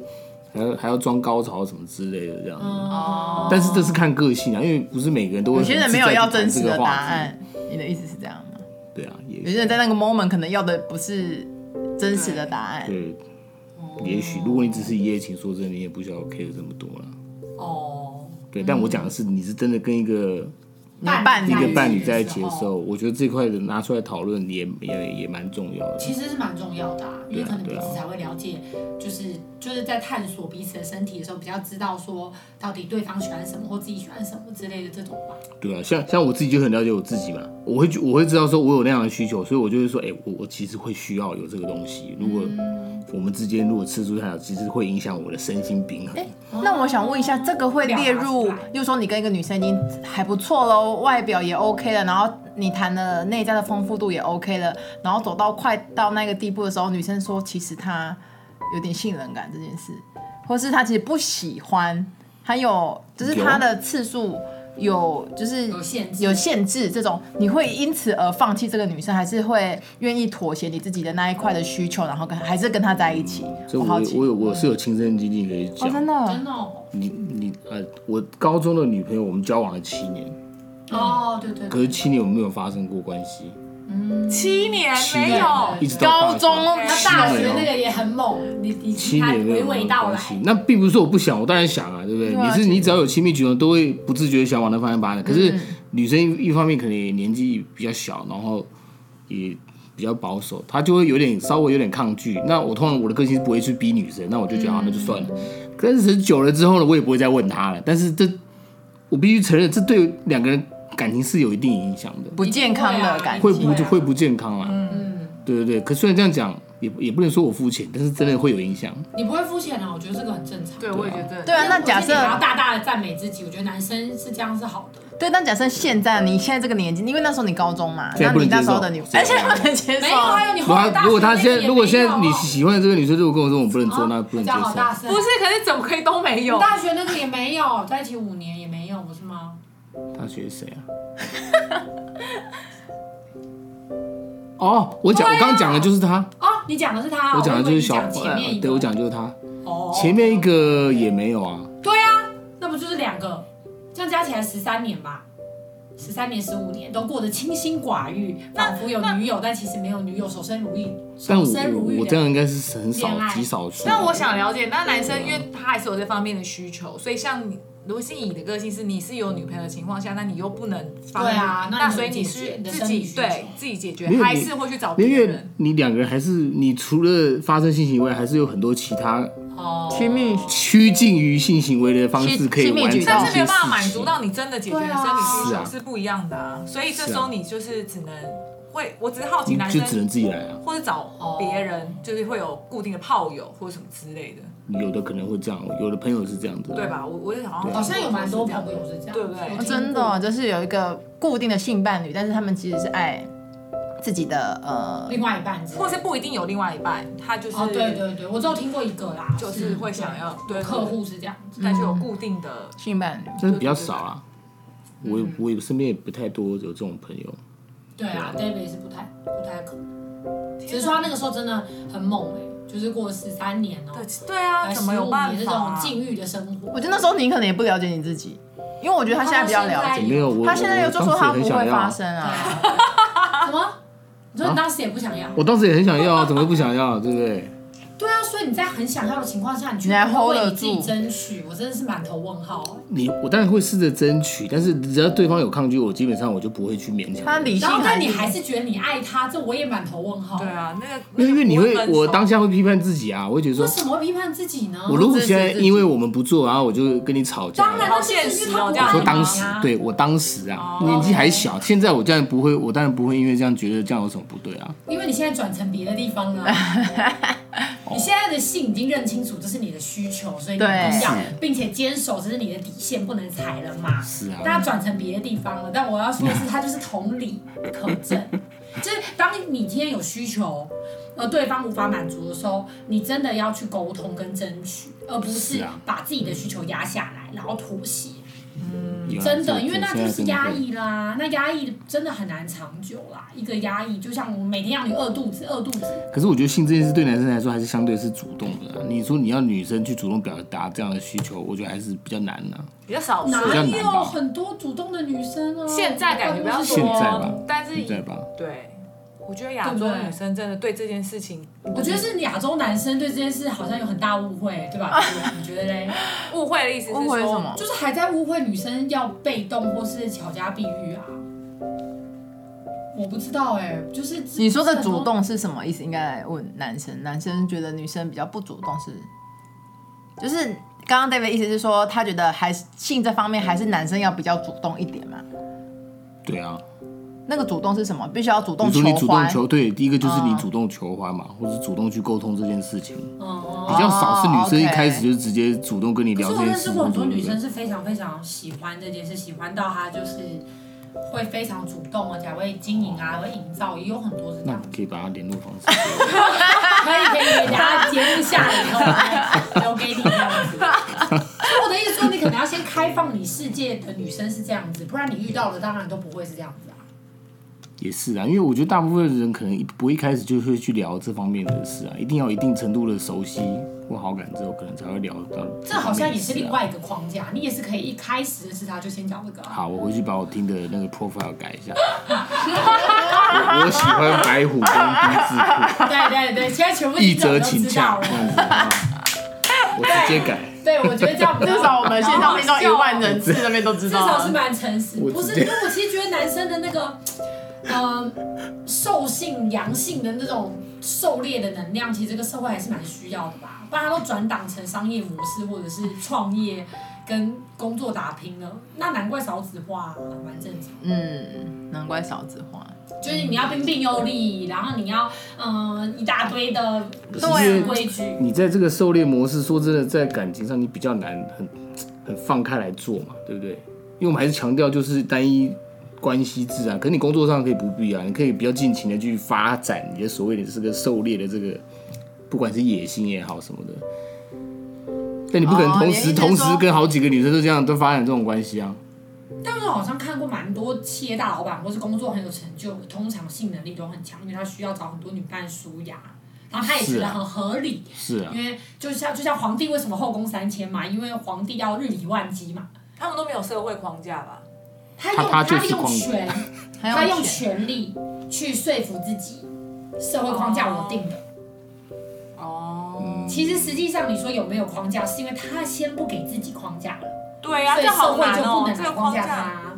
Speaker 6: 还要还要装高潮什么之类的这样子。
Speaker 3: 哦，
Speaker 6: 但是这是看个性啊，因为不是每个人都会
Speaker 4: 有
Speaker 6: 很自
Speaker 4: 些
Speaker 6: 在
Speaker 4: 人
Speaker 6: 地
Speaker 4: 没
Speaker 6: 谈这个
Speaker 4: 有
Speaker 6: 话题。
Speaker 4: 要真实的答案，你的意思是这样吗？
Speaker 6: 对啊，也
Speaker 4: 有些人在那个 moment 可能要的不是真实的答案，
Speaker 6: 对，也许如果你只是一夜情，说真的，你也不需要 care 这么多了。
Speaker 3: 哦，
Speaker 4: 嗯
Speaker 6: 对，但我讲的是，你是真的跟一个
Speaker 5: 伴
Speaker 6: 一
Speaker 5: 侣
Speaker 6: 个伴侣
Speaker 5: 在
Speaker 6: 在
Speaker 5: 一
Speaker 6: 一
Speaker 5: 起的
Speaker 6: 起的时
Speaker 5: 时
Speaker 6: 候，我觉得这块的拿出来讨论也也也蛮重要的。
Speaker 5: 其实是蛮重要的、啊，因为
Speaker 6: 对啊
Speaker 5: 可能彼
Speaker 6: 对啊
Speaker 5: 此才会了解，就是就是在探索彼此的身体的时候，比较知道说到底对方喜欢什么或自己喜欢什么之类的这种吧。
Speaker 6: 对啊，像像我自己就很了解我自己嘛，我会我会知道说我有那样的需求，所以我就会说，哎、我我其实会需要有这个东西。如果
Speaker 4: 嗯
Speaker 6: 我们之间如果吃出太少，其实会影响我的身心平衡。
Speaker 4: 那我想问一下，这个会列
Speaker 5: 哦
Speaker 4: 入
Speaker 5: 表达出来，
Speaker 4: 又说你跟一个女生已经还不错喽，外表也 OK 了，然后你谈的内在的丰富度也 OK 了，然后走到快到那个地步的时候，女生说其实她有点性冷感这件事，或是她其实不喜欢，还有就是
Speaker 6: 有
Speaker 4: 她的次数有就是
Speaker 5: 有限制
Speaker 4: 有限制这种，你会因此而放弃这个女生，还是会愿意妥协你自己的那一块的需求，然后跟还是跟她在一起？
Speaker 6: 嗯所以
Speaker 4: 我
Speaker 6: 我
Speaker 4: 好
Speaker 6: 有
Speaker 4: 奇，
Speaker 6: 我有我是有亲身经历可以
Speaker 4: 哦，
Speaker 6: 讲。
Speaker 4: 真的，
Speaker 5: 真的哦，
Speaker 6: 你你呃，我高中的女朋友我们交往了七年，
Speaker 5: 哦对对
Speaker 6: 可
Speaker 5: 对，
Speaker 6: 是七年我们没有发生过关系，
Speaker 3: 七年
Speaker 6: 七
Speaker 3: 没
Speaker 6: 年
Speaker 3: 有，
Speaker 6: 一直到大
Speaker 4: 高中
Speaker 5: 那大
Speaker 6: 七
Speaker 5: 学
Speaker 6: 年哦
Speaker 5: 那个也很猛，你你
Speaker 6: 七
Speaker 5: 听他
Speaker 6: 年
Speaker 5: 娓
Speaker 6: 没有发
Speaker 5: 娓
Speaker 6: 生
Speaker 5: 道
Speaker 6: 关
Speaker 5: 来，
Speaker 6: 系，那并不是我不想，我当然想啊，对不对？
Speaker 4: 对啊
Speaker 6: 你是你只要有亲密举动，都会不自觉地想往那方向发展。可是
Speaker 5: 嗯
Speaker 6: 女生一一方面可能也年纪比较小，然后也比较保守，她就会有点稍微有点抗拒。那我通常我的个性是不会去逼女生，那我就觉得啊，那就算了。
Speaker 5: 嗯
Speaker 6: 但是久了之后呢，我也不会再问她了。但是这我必须承认，这对两个人感情是有一定影响的。
Speaker 4: 不健康的感
Speaker 6: 会
Speaker 4: 觉。
Speaker 6: 不
Speaker 5: 对啊
Speaker 6: 会不健康啦。嗯，对对对。可虽然这样讲，也也不能说我肤浅，但是真的会有影响。
Speaker 5: 你不会肤浅啊，我觉得这个很正常。
Speaker 3: 对，我也觉得
Speaker 4: 对啊，那
Speaker 5: 而且
Speaker 4: 假
Speaker 5: 你
Speaker 4: 设
Speaker 5: 要大大的赞美自己，我觉得男生是这样是好的。
Speaker 4: 对，但假设现在你现在这个年纪，因为那时候你高中嘛，
Speaker 6: 现
Speaker 4: 然
Speaker 6: 在不
Speaker 4: 后你
Speaker 6: 能接
Speaker 4: 那
Speaker 6: 受
Speaker 4: 时候的女，而且不能接受
Speaker 5: 没有，还有你
Speaker 6: 如果
Speaker 5: 后来
Speaker 6: 他
Speaker 5: 大学
Speaker 6: 啊如果他
Speaker 5: 那个
Speaker 6: 现
Speaker 5: 也
Speaker 6: 在如果现在
Speaker 5: 没有哦
Speaker 6: 你喜欢的这个女生，如果跟我说我不能做，
Speaker 5: 啊
Speaker 6: 那不能接
Speaker 5: 讲好大
Speaker 6: 受。
Speaker 5: 声
Speaker 3: 不是，可是怎么可以都没有？
Speaker 5: 大学那个也没有，在一起五年也没有，不是吗？
Speaker 6: 大学谁啊？ 哦，我讲我刚刚讲的就是他，
Speaker 5: 哦，你讲的是他，
Speaker 6: 我讲
Speaker 5: 啊
Speaker 6: 的
Speaker 5: 以为
Speaker 6: 就是
Speaker 5: 你
Speaker 6: 小，
Speaker 5: 讲前面一
Speaker 6: 呃
Speaker 5: 个，
Speaker 6: 对我讲的就是他，
Speaker 5: 哦，
Speaker 6: 前面一个也没有啊。
Speaker 5: 对啊，那不就是两个，这样加起来十三年吧，十三年十五年都过得清心寡欲，仿佛有女友，但其实没有女友，守身如玉，
Speaker 6: 但
Speaker 5: 守
Speaker 6: 我
Speaker 5: 身如
Speaker 6: 我
Speaker 5: 玉
Speaker 6: 我这
Speaker 5: 的。
Speaker 6: 样应该是很少
Speaker 5: 恋爱
Speaker 6: 极少数。
Speaker 3: 但我想了解，那男生因为他还是有这方面的需求，所以像你，如果是你的个性是你是有女朋友的情况下，那你又不能发
Speaker 5: 对啊那
Speaker 3: 那
Speaker 5: 你怎
Speaker 3: 所以
Speaker 5: 么
Speaker 3: 你
Speaker 5: 解决
Speaker 3: 是
Speaker 5: 你的
Speaker 3: 自
Speaker 5: 生理
Speaker 3: 己
Speaker 5: 需
Speaker 3: 对
Speaker 5: 求
Speaker 3: 自己解决
Speaker 6: 没有，你
Speaker 3: 还是会去找别
Speaker 6: 因为
Speaker 3: 人？
Speaker 6: 你两个人还是你除了发生性行为，还是有很多其他
Speaker 3: 哦，
Speaker 4: 亲密，
Speaker 6: 趋近于性行为的方式可以完成一些事情，
Speaker 3: 但是没有办法满足到你真的解决你
Speaker 5: 对啊
Speaker 3: 生理需
Speaker 6: 是
Speaker 3: 求
Speaker 6: 啊
Speaker 3: 是不一样的啊，所以这时
Speaker 6: 是
Speaker 3: 候
Speaker 6: 啊
Speaker 3: 你就是只能会，我只是好奇
Speaker 6: 你
Speaker 3: 男
Speaker 6: 就只能
Speaker 3: 生
Speaker 6: 自己来啊。
Speaker 3: 或者找别人，就是会有固定的炮友或者什么之类的，
Speaker 6: 有的可能会这样，有的朋友是这样子，
Speaker 3: 对？吧？我我也好像
Speaker 5: 好像有蛮多
Speaker 3: 这样
Speaker 5: 朋友是这样，
Speaker 3: 对不对
Speaker 5: 我听
Speaker 4: 哦
Speaker 5: 过
Speaker 4: 真的哦就是有一个固定的性伴侣，但是他们其实是爱自己的呃，
Speaker 5: 另外一半之类的，
Speaker 3: 或是不一定有另外一半，他就是
Speaker 5: 哦，对对对，我只有听过一个啦，
Speaker 3: 就是会想要对
Speaker 5: 客户是这样子，
Speaker 3: 但是有固定的
Speaker 4: 性伴侣。
Speaker 6: 但是比较少啊。我
Speaker 4: 嗯
Speaker 6: 也我也身边也不太多有这种朋友，
Speaker 5: 对啊，David 是不太不太可能，只是说他那个时候真的很猛哎、就是过了十三年哦、
Speaker 3: 对对啊，
Speaker 5: 还
Speaker 3: 怎么有办
Speaker 5: 15年
Speaker 3: 法、
Speaker 5: 这种
Speaker 3: 啊？
Speaker 5: 禁欲的生活
Speaker 4: 我？觉得那时候你可能也不了解你自己，因为我觉得他现在比较了解。
Speaker 5: 哎呦
Speaker 6: 没有我
Speaker 4: 他现在又就说
Speaker 6: 我
Speaker 4: 他
Speaker 6: 当时
Speaker 4: 不
Speaker 6: 也很想
Speaker 4: 会
Speaker 6: 要
Speaker 4: 发
Speaker 6: 啊，
Speaker 4: 生啊，
Speaker 5: 对啊什么？你说你当时也不想要？
Speaker 6: 我当时也很想要啊，怎么会不想要啊？对不对？
Speaker 5: 对啊，所以你在很想要的情况下，你去
Speaker 4: 你还 hold
Speaker 5: 为
Speaker 4: 得
Speaker 5: 你自己
Speaker 4: 住
Speaker 5: 争取，我真的是满头问号、欸
Speaker 6: 你我当然会试着争取，但是只要对方有抗拒，我基本上我就不会去勉强。
Speaker 4: 他理性
Speaker 5: 然后，
Speaker 4: 还
Speaker 5: 但你还是觉得你爱他，这我也满头问号。
Speaker 3: 对，啊，那个
Speaker 6: 因为因为你会
Speaker 3: 那个，不
Speaker 6: 我
Speaker 3: 分手
Speaker 6: 当下会批判自己啊，我会觉得
Speaker 5: 为
Speaker 6: 说，
Speaker 5: 什么会批判自己呢？
Speaker 6: 我如果
Speaker 4: 支持
Speaker 6: 现在
Speaker 4: 自己
Speaker 6: 因为我们不做，然后我就跟你吵架，
Speaker 5: 当然
Speaker 3: 好
Speaker 5: 了，
Speaker 3: 现
Speaker 5: 就是
Speaker 3: 实
Speaker 5: 因为他
Speaker 3: 哦
Speaker 5: 不
Speaker 3: 这样
Speaker 5: 爱
Speaker 6: 说
Speaker 5: 你
Speaker 6: 当
Speaker 5: 啊
Speaker 6: 时，对我当时啊，
Speaker 4: 哦
Speaker 6: 年纪还小，现在我当然不会，我当然不会因为这样觉得这样有什么不对啊。
Speaker 5: 因为你现在转成别的地方 了。你现在的性已经认清楚这是你的需求，所以你
Speaker 4: 对
Speaker 5: 不想，并且坚守这是你的底线，不能踩了嘛。
Speaker 6: 是啊
Speaker 5: 那转成别的地方了，但我要说的是，它就是同理可 证，就是当你今天有需求，而对方无法满足的时候，你真的要去沟通跟争取，而不
Speaker 6: 是
Speaker 5: 是
Speaker 6: 啊
Speaker 5: 把自己的需求压下来，然后妥协。
Speaker 6: 有啊
Speaker 5: 真
Speaker 6: 这
Speaker 5: 的，
Speaker 6: 个
Speaker 5: 因为那
Speaker 6: 现在
Speaker 5: 就是
Speaker 6: 真的
Speaker 5: 压
Speaker 6: 会
Speaker 5: 抑啦，那压抑真的很难长久啦。一个压抑，就像我每天让你饿肚子，饿肚子，
Speaker 6: 可是我觉得性这件事对男生来说还是相对是主动的、啊。你说你要女生去主动表达这样的需求，我觉得还是比较难啊呐、
Speaker 3: 比较少数。
Speaker 5: 哪
Speaker 6: 比较难吧
Speaker 5: 有很多主动的女生啊？
Speaker 3: 现在感觉不
Speaker 5: 办
Speaker 3: 要
Speaker 5: 公室
Speaker 6: 现在吧
Speaker 3: 说，但是
Speaker 6: 对吧？
Speaker 3: 对，我觉得亚
Speaker 5: 对
Speaker 3: 洲
Speaker 5: 不对
Speaker 3: 女生真的对这件事情
Speaker 5: 我觉得是亚洲男生对这件事好像有很大误会，对吧？你觉得嘞？
Speaker 3: 误会的意思是
Speaker 4: 误会什
Speaker 3: 说，
Speaker 4: 么？
Speaker 5: 就是还在误会女生要被动或是巧家碧玉啊。我不知道哎、就是
Speaker 4: 你说的主，动是什么意思？应该来问男生。男生觉得女生比较不主动是，就是刚刚 David 意思是说，他觉得还是性这方面还是男生要比较主动一点嘛。
Speaker 6: 对啊，
Speaker 4: 那个主动是什么？必须要主动
Speaker 6: 比
Speaker 4: 求
Speaker 6: 如说你主动
Speaker 4: 欢。
Speaker 6: 求，对，第一个就是你
Speaker 4: 嗯
Speaker 6: 主动求欢嘛，或者主动去沟通这件事情，
Speaker 5: 嗯，
Speaker 6: 比较少是女生一
Speaker 4: OK
Speaker 6: 开始就直接主动跟你
Speaker 5: 哦可
Speaker 6: 聊
Speaker 5: 是我
Speaker 6: 这
Speaker 5: 认
Speaker 6: 件事
Speaker 5: 识
Speaker 6: 情。
Speaker 5: 过很多女
Speaker 6: 对
Speaker 5: 生
Speaker 6: 不
Speaker 5: 是
Speaker 6: 对
Speaker 5: 非常非常喜欢这件事，喜欢到她就是会非常主动，而且还会经营啊，还会营造，也有很多是这
Speaker 6: 那
Speaker 5: 样
Speaker 6: 你。可以把她联络方式给我。
Speaker 5: 可以可以，等下节目下以后我 再留给你这样子。所以我的意思说，你可能要先开放你世界的女生是这样子，不然你遇到的当然都不会是这样子啊。
Speaker 6: 也是啊，因为我觉得大部分人可能一不会一开始就会去聊这方面的事啊，一定要有一定程度的熟悉或好感之后，可能才会聊到、
Speaker 5: 这好像也是另。外一个框架，你也是可以一开始认识他就先讲这个啊。
Speaker 6: 好，我回去把我听的那个 profile 改一下。我我喜欢白虎跟丁 字裤，
Speaker 5: 对对对，现在全部
Speaker 6: 一
Speaker 5: 听众
Speaker 6: 则
Speaker 5: 都
Speaker 6: 请
Speaker 5: 知道
Speaker 6: 洽
Speaker 5: 了
Speaker 6: 这。样子，好不好我直接改。
Speaker 5: 对，我觉得这样比较
Speaker 4: 至少我们线上面到一万人次那边都知
Speaker 5: 至
Speaker 4: 道啊
Speaker 5: 少是
Speaker 4: 了。
Speaker 5: 蛮诚实，
Speaker 6: 我
Speaker 5: 不是？
Speaker 6: 直接
Speaker 5: 因为我其实觉得男生的那个，呃，兽性、阳性的那种狩猎的能量，其实这个社会还是蛮需要的吧，不然他都转档成商业模式或者是创业跟工作打拼了，那难怪少子化、啊蛮正常。
Speaker 4: 嗯，难怪少子化。
Speaker 5: 就是你要彬彬有礼，然后你要嗯、呃一大堆的
Speaker 6: 对啊
Speaker 5: 规矩。
Speaker 6: 你在这个狩猎模式，说真的，在感情上你比较难很很放开来做嘛，对不对？因为我们还是强调就是单一关系制啊，可是你工作上可以不必啊，你可以比较尽情的去发展你的所谓的这个狩猎的这个，不管是野心也好什么的。但你不可能
Speaker 4: 哦
Speaker 6: 同
Speaker 4: 你的
Speaker 6: 时、
Speaker 4: 意思是
Speaker 6: 同时
Speaker 4: 说
Speaker 6: 跟好几个女生都这样都发展这种关系啊，
Speaker 5: 但是我好像看过蛮多企业大老板或是工作很有成就，通常性能力都很强，因为他需要找很多女伴舒压，然后他也觉
Speaker 6: 是
Speaker 5: 得
Speaker 6: 啊
Speaker 5: 很合理，
Speaker 6: 是啊
Speaker 4: 嗯
Speaker 5: 因，为就像就像皇帝为什么后宫三千嘛，因为皇帝要日理万机嘛，
Speaker 3: 他们都没有社会框架吧？
Speaker 5: 他
Speaker 6: 他
Speaker 5: 用
Speaker 6: 他就是
Speaker 5: 用
Speaker 6: 皇帝
Speaker 5: 权，
Speaker 4: 还
Speaker 5: 他
Speaker 4: 有
Speaker 5: 用权力去说服自己，社会框架我定的。
Speaker 3: 哦，
Speaker 5: 其实实际上你说有没有框架，是因为他先不给自己框架了，
Speaker 3: 对呀、
Speaker 5: 所以
Speaker 3: 这
Speaker 5: 社
Speaker 3: 好
Speaker 5: 会
Speaker 3: 难
Speaker 5: 就
Speaker 3: 哦、
Speaker 5: 不能
Speaker 3: 这
Speaker 5: 来
Speaker 3: 个
Speaker 5: 框
Speaker 3: 框
Speaker 5: 架
Speaker 3: 架，
Speaker 5: 他。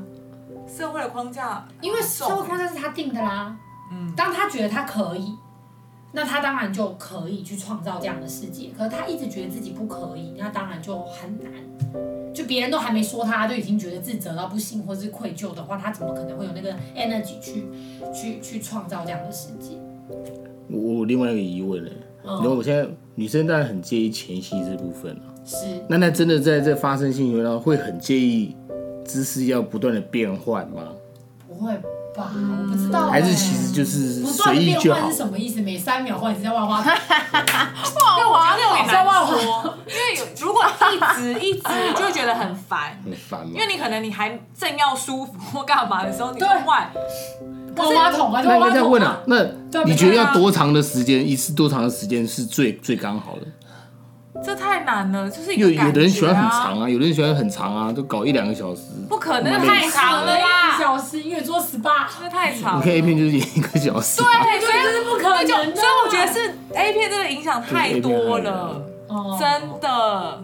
Speaker 3: 社会的框架，
Speaker 5: 因为社会框架是他定的啦。嗯，当他觉得他可以，那他当然就可以去创造这样的世界。可是他一直觉得自己不可以，那当然就很难。就别人都还没说他，他就已经觉得自责到不行，或是愧疚的话，他怎么可能会有那个 energy 去去去创造这样的世界？
Speaker 6: 我我有另外一个疑问呢、
Speaker 5: 嗯
Speaker 4: 哦
Speaker 6: 然后我现在女生当然很介意前戏这部分啊，
Speaker 5: 是
Speaker 6: 那那真的在这发生性行为上会很介意姿势要不断的变换吗？
Speaker 5: 不会吧？我不知道、欸。
Speaker 6: 还是其实就是
Speaker 5: 不断
Speaker 6: 随
Speaker 5: 的
Speaker 6: 意
Speaker 5: 变
Speaker 6: 就
Speaker 5: 换
Speaker 6: 好
Speaker 5: 是？什么意思？每三秒换一次，在万花筒。
Speaker 3: 但我觉得我也
Speaker 5: 在
Speaker 3: 难
Speaker 5: 万花
Speaker 3: 说，因为有如果一直一直就会觉得很烦，
Speaker 6: 很烦吗
Speaker 3: 因为？你可能你还正要舒服或干嘛的时候，你就
Speaker 5: 对
Speaker 3: 换，
Speaker 5: 万花筒啊，
Speaker 6: 那
Speaker 5: 万
Speaker 6: 应
Speaker 5: 花
Speaker 6: 该
Speaker 5: 筒、
Speaker 6: 再问啊，那
Speaker 5: 对
Speaker 6: 你觉得
Speaker 5: 对
Speaker 6: 要
Speaker 5: 啊
Speaker 6: 多长的时间一次多长的时间是最最刚好的？
Speaker 3: 这太难了，就是一
Speaker 6: 因
Speaker 3: 个
Speaker 6: 为有的人喜欢很
Speaker 3: 感觉啊
Speaker 6: 长啊，有的人喜欢很长啊，都搞一两个小时。
Speaker 3: 不可能
Speaker 5: 啊
Speaker 6: 那
Speaker 3: 太长了
Speaker 5: 一
Speaker 3: 啦，
Speaker 5: 小时，因为做 SPA。
Speaker 3: 这太长
Speaker 6: 你
Speaker 3: 了。
Speaker 6: 看 A 片就是一个小时啊、
Speaker 3: 对，哎所以
Speaker 5: 这是不可能的
Speaker 3: 所以就所以我觉得是 A 片这个影响太多了，
Speaker 5: 哦
Speaker 3: 真的。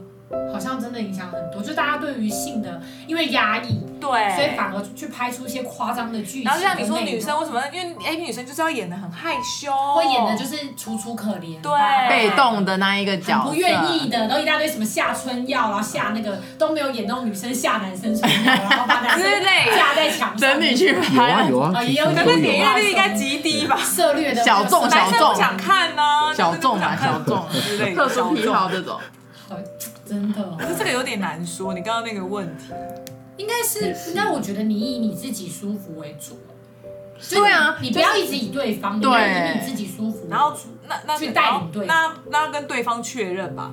Speaker 5: 好像真的影响很多，就大家对于性的因为压抑，所以
Speaker 3: 对。
Speaker 5: 反而去拍出一些夸张的剧情。
Speaker 3: 哎然后就像你说，女生，为什么？因为 A 片女生就是要演的很害羞，
Speaker 5: 会演的就是楚楚可怜，
Speaker 3: 对
Speaker 4: 被动的那一个角
Speaker 5: 很
Speaker 4: 色，
Speaker 5: 不愿意的，然后一大堆什么下春药，然后下那个都没有演那种女生下男生春药，然后把 男
Speaker 3: 之
Speaker 5: 生
Speaker 3: 类
Speaker 5: 架在墙上，
Speaker 4: 等你去
Speaker 6: 有
Speaker 4: 拍
Speaker 6: 啊有啊，
Speaker 5: 啊
Speaker 6: 其
Speaker 5: 也
Speaker 6: 实
Speaker 5: 有
Speaker 6: 都
Speaker 5: 可
Speaker 3: 可
Speaker 5: 能
Speaker 3: 是
Speaker 5: 你
Speaker 3: 点
Speaker 6: 有啊
Speaker 5: 要
Speaker 3: 阅率应该极低吧？
Speaker 5: 策略的
Speaker 4: 小众
Speaker 3: 男
Speaker 4: 小
Speaker 3: 生
Speaker 4: 众
Speaker 3: 不想看呢，
Speaker 4: 小众
Speaker 3: 男
Speaker 4: 啊
Speaker 3: 生
Speaker 4: 小
Speaker 3: 不想看
Speaker 4: 众，
Speaker 3: 之类的
Speaker 4: 特殊癖好。这种。
Speaker 5: 好真的哦
Speaker 3: 小众可是这个有点难说，你刚刚那个问题，
Speaker 5: 应该是，应该我觉得你以你自己舒服为主。
Speaker 4: 对啊，
Speaker 5: 你不要一直以对方，你
Speaker 4: 对
Speaker 5: 要以你自己舒服为主。
Speaker 3: 然后那那
Speaker 5: 去带领对
Speaker 3: 那那要跟对方确认吧，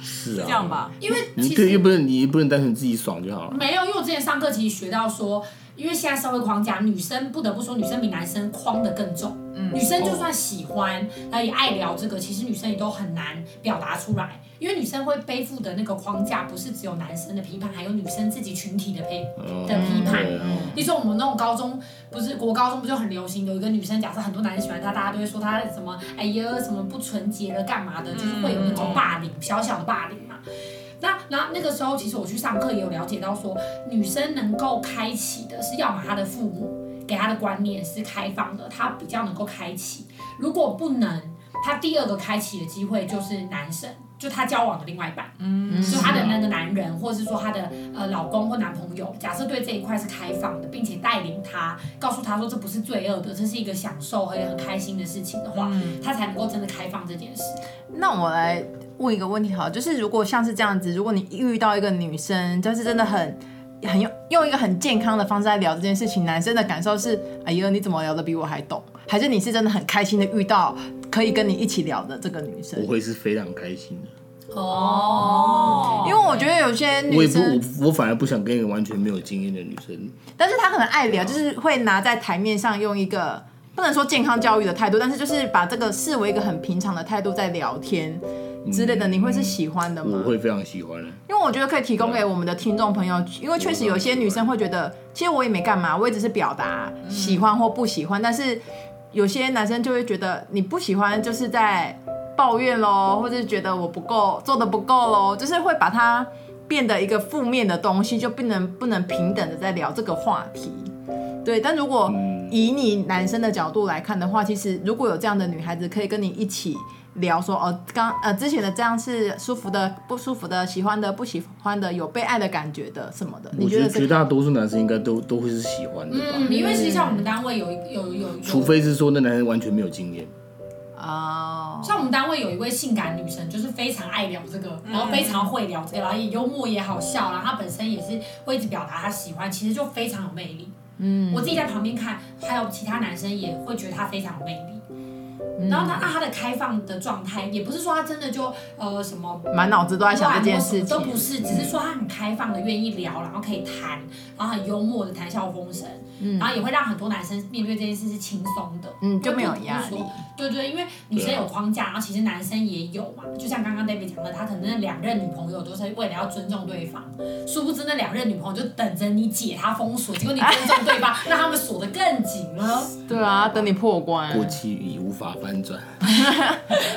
Speaker 6: 是
Speaker 3: 是
Speaker 6: 啊，
Speaker 3: 这样？吧？
Speaker 5: 因为
Speaker 6: 你
Speaker 5: 其
Speaker 6: 对，
Speaker 5: 实
Speaker 6: 又不能你也不能单纯自己爽就好了。
Speaker 5: 没有，因为我之前上课其实学到说，因为现在社会框架，女生不得不说，女生比男生框的更重。嗯，女生就算喜欢，那也爱聊这个，其实女生也都很难表达出来，因为女生会背负的那个框架，不是只有男生的批判，还有女生自己群体的批
Speaker 6: 嗯
Speaker 5: 的批判。
Speaker 6: 对嗯
Speaker 5: 例如说我们那种高中，不是国高中不就很流行有一个女生，假设很多男人喜欢她，大家都会说她什么哎呀什么不纯洁了干嘛的，就是会有那种霸凌，小小的霸凌嘛。那然后那个时候，其实我去上课也有了解到说，女生能够开启的是，要么她的父母给她的观念是开放的，她比较能够开启；如果不能，她第二个开启的机会就是男生，就她交往的另外一半。
Speaker 4: 嗯
Speaker 6: 嗯
Speaker 5: 就她的那个男人，或者是说她的呃老公或男朋友，假设对这一块是开放的，并且带领她，告诉她说这不是罪恶的，这是一个享受和很开心的事情的话，
Speaker 6: 嗯
Speaker 5: 她才能够真的开放这件事。
Speaker 4: 那我来问一个问题好了，就是如果像是这样子，如果你遇到一个女生，就是真的很很用用一个很健康的方式来聊这件事情，男生的感受是，哎呦，你怎么聊的比我还懂？还是你是真的很开心的遇到可以跟你一起聊的这个女生
Speaker 6: 我？会是非常开心的。
Speaker 3: 哦，
Speaker 4: 因为我觉得有些
Speaker 6: 我
Speaker 4: 女
Speaker 6: 也不，
Speaker 4: 生，
Speaker 6: 我我反而不想跟一个完全没有经验的女生。
Speaker 4: 但是她可能爱聊，就是会拿在台面上用一个不能说健康教育的态度，但是就是把这个视为一个很平常的态度在聊天之
Speaker 6: 嗯
Speaker 4: 类的，你会是喜欢的吗？
Speaker 6: 我会非常喜欢的。
Speaker 4: 因为我觉得可以提供给我们的听众朋友，因为确实有些女生会觉得，其实我也没干嘛，我也只是表达喜欢或不喜欢，但是有些男生就会觉得你不喜欢就是在抱怨喽，或者是觉得我不够做的不够喽，就是会把它变得一个负面的东西，就不能不能平等的在聊这个话题。对，但如果以你男生的角度来看的话，其实如果有这样的女孩子可以跟你一起聊说，哦，刚呃之前的这样是舒服的、不舒服的、喜欢的、不喜欢的、有被爱的感觉的什么的，你
Speaker 6: 我
Speaker 4: 觉
Speaker 6: 觉得
Speaker 4: 得
Speaker 6: 绝
Speaker 4: 是？
Speaker 6: 大多数男生应该都都会是喜欢的吧，
Speaker 5: 嗯，因为实际上我们单位有一有有有，
Speaker 6: 除非是说那男生完全没有经验。
Speaker 4: 哦，
Speaker 5: 像我们单位有一位性感女神，就是非常爱聊这个，然后非常会聊这个，然后也幽默也好笑，然后她本身也是会一直表达她喜欢，其实就非常有魅力。嗯，我自己在旁边看，还有其他男生也会觉得她非常有魅力。然后她那她的开放的状态，也不是说她真的就呃什么
Speaker 4: 满脑子都在想这件事
Speaker 5: 都不
Speaker 4: 情。
Speaker 5: 是，只是说他很开放的，愿意聊，然后可以谈，然后很幽默的谈笑风生，然后也会让很多男生面对这件事是轻松的，
Speaker 4: 嗯就没有
Speaker 5: 不是
Speaker 4: 压力
Speaker 5: 说。对对，因为女生有框架，然后其实男生也有嘛，就像刚刚 David 讲的，他可能那两任女朋友都是为了要尊重对方，殊不知那两任女朋友就等着你解他封锁，结果你尊重 对方，让他们锁得更紧了。
Speaker 4: 对啊，等你破关。
Speaker 6: 过去已无法翻转，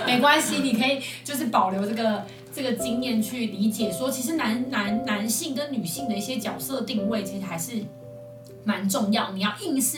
Speaker 5: 没关系，你可以就是保留这个这个经验去理解说，其实男男男性跟女性的一些角色定位，其实还是蛮重要。你要硬是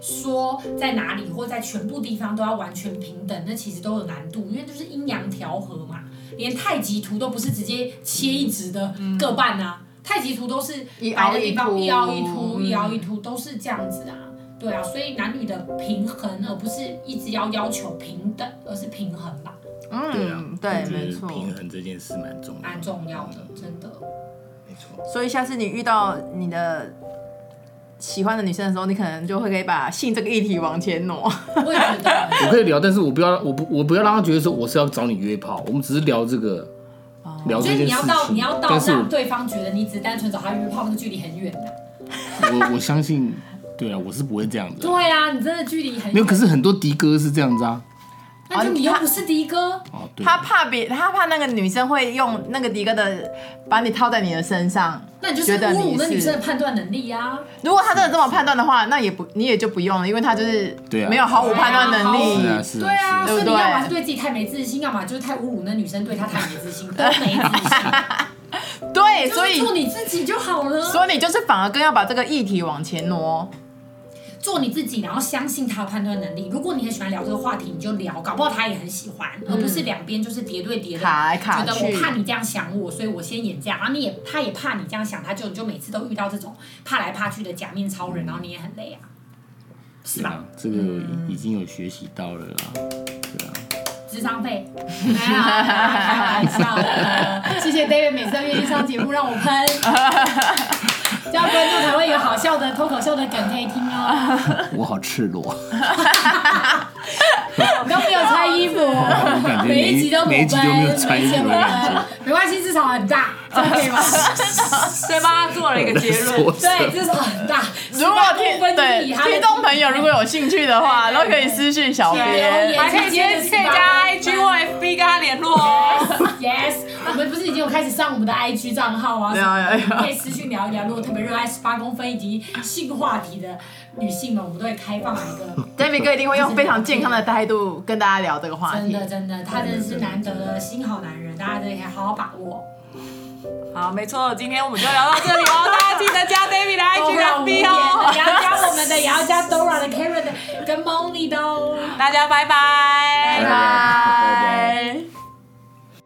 Speaker 5: 说在哪里或在全部地方都要完全平等，那其实都有难度，因为就是阴阳调和嘛。连太极图都不是直接切一直的各半啊，太极图都是
Speaker 4: 一
Speaker 5: 摆
Speaker 4: 凹
Speaker 5: 的
Speaker 4: 一
Speaker 5: 地方
Speaker 4: 凸
Speaker 5: 一凹一凸，
Speaker 4: 嗯
Speaker 5: 一凹一凸都是这样子啊。对啊，所以男女的平衡，而不是一直要要求平等，而是平衡吧，
Speaker 6: 对啊
Speaker 4: 嗯，，对，
Speaker 6: 我觉得
Speaker 4: 没错。
Speaker 6: 平衡这件事蛮重要的，
Speaker 5: 蛮重要的，真的。
Speaker 6: 没错。
Speaker 4: 所以下次你遇到你的喜欢的女生的时候，你可能就会可以把性这个议题往前挪。
Speaker 5: 我也觉 得，
Speaker 6: 我可以聊，但是我不要，我不，我不要让他觉得说我是要找你约炮，我们只是聊这个，
Speaker 4: 哦
Speaker 6: 聊
Speaker 5: 所
Speaker 6: 这
Speaker 5: 以
Speaker 6: 件
Speaker 5: 你
Speaker 6: 事
Speaker 5: 要
Speaker 6: 情。
Speaker 5: 到你要到
Speaker 6: 但是
Speaker 5: 让对方觉得你只单纯找他约炮，那个距离很远啊的、
Speaker 6: 我我相信，对啊，我是不会这样的。
Speaker 5: 对啊，你真的距离很
Speaker 6: 没有，
Speaker 5: 远。
Speaker 6: 可是很多迪哥是这样子啊。
Speaker 5: 那就你又不是的哥，
Speaker 6: 哦，对，
Speaker 4: 他怕别，他怕那个女生会用那个迪哥的把你套在你的身上。
Speaker 5: 那你就是
Speaker 4: 觉得
Speaker 5: 侮
Speaker 4: 你
Speaker 5: 辱那女
Speaker 4: 是
Speaker 5: 生的判断能力啊。
Speaker 4: 如果他真的这么判断的话，那也不你也就不用了，因为他就是
Speaker 6: 对啊
Speaker 4: 没有毫无判断能力。
Speaker 6: 是啊，是
Speaker 5: 对啊，
Speaker 6: 啊，是
Speaker 5: 所以你
Speaker 6: 啊
Speaker 4: 对不对
Speaker 5: 要么是对自己太没自信，要么就是太侮辱那女生对她太没自信，都没自信，
Speaker 4: 对，
Speaker 5: 就
Speaker 4: 所
Speaker 5: 是
Speaker 4: 以
Speaker 5: 做你自己就好了。
Speaker 4: 所以你就是反而更要把这个议题往前挪。
Speaker 5: 做你自己，然后相信他的判断能力。如果你很喜欢聊这个话题，你就聊，搞不好他也很喜欢，而不是两边就是叠对叠的，
Speaker 4: 卡来卡
Speaker 5: 觉得
Speaker 4: 去
Speaker 5: 我怕你这样想我，所以我先演这样，然后你也他也怕你这样想，他就就每次都遇到这种怕来怕去的假面超人，然后你也很累啊，是
Speaker 6: 对
Speaker 5: 吧
Speaker 6: 啊？， 这个已已经有学习到了啦。对啊，
Speaker 5: 智商费，没有啦开玩笑的。 谢谢 David 每次都愿意上节目让我 喷，这样观众才会有好笑的脱口秀的梗可以听哦。
Speaker 6: 我好赤裸，
Speaker 5: 我 都没有穿衣服，
Speaker 6: 我感觉
Speaker 5: 每一集都裸奔
Speaker 6: 啊每一集都没有穿衣服的
Speaker 5: 每一集裸奔
Speaker 6: 感觉。
Speaker 5: 没关系，至少很大，这样可以吗？
Speaker 3: 啊对吧？做了一个结论，
Speaker 6: 我
Speaker 5: 对，至少很大。
Speaker 4: 如果听
Speaker 5: 18公分就是
Speaker 4: 对
Speaker 5: 以
Speaker 4: 听
Speaker 5: 他的
Speaker 4: 众朋友如果有兴趣的话，都可以私讯小
Speaker 5: 留
Speaker 4: 编。
Speaker 5: 言
Speaker 3: 还可以直接可以加 IG 或 FB 跟他联络哦。
Speaker 5: Yes，我们不是已经有开始上我们的 IG 账号啊？
Speaker 4: 对啊对啊
Speaker 5: 可以私讯聊一聊。如果特别热爱十八公分以及性话题的女性们，我们都会开放来一个。
Speaker 4: David 哥一定会用非常健康的态度跟大家聊这个话
Speaker 5: 真
Speaker 4: 题。
Speaker 5: 的真的，他真的是难得的新好男人，大家真的可以好好把握。
Speaker 3: 好，没错，今天我们就聊到这里哦，大家记得加 David 的 IG
Speaker 5: 不然
Speaker 3: 跟
Speaker 5: 无言
Speaker 3: FB
Speaker 5: 的，也
Speaker 3: 哦，
Speaker 5: 要加我们的，也要加 Dora 的、Karen 的跟 Moni 的哦。
Speaker 3: 大家拜拜
Speaker 4: 拜
Speaker 6: 拜拜
Speaker 4: 拜。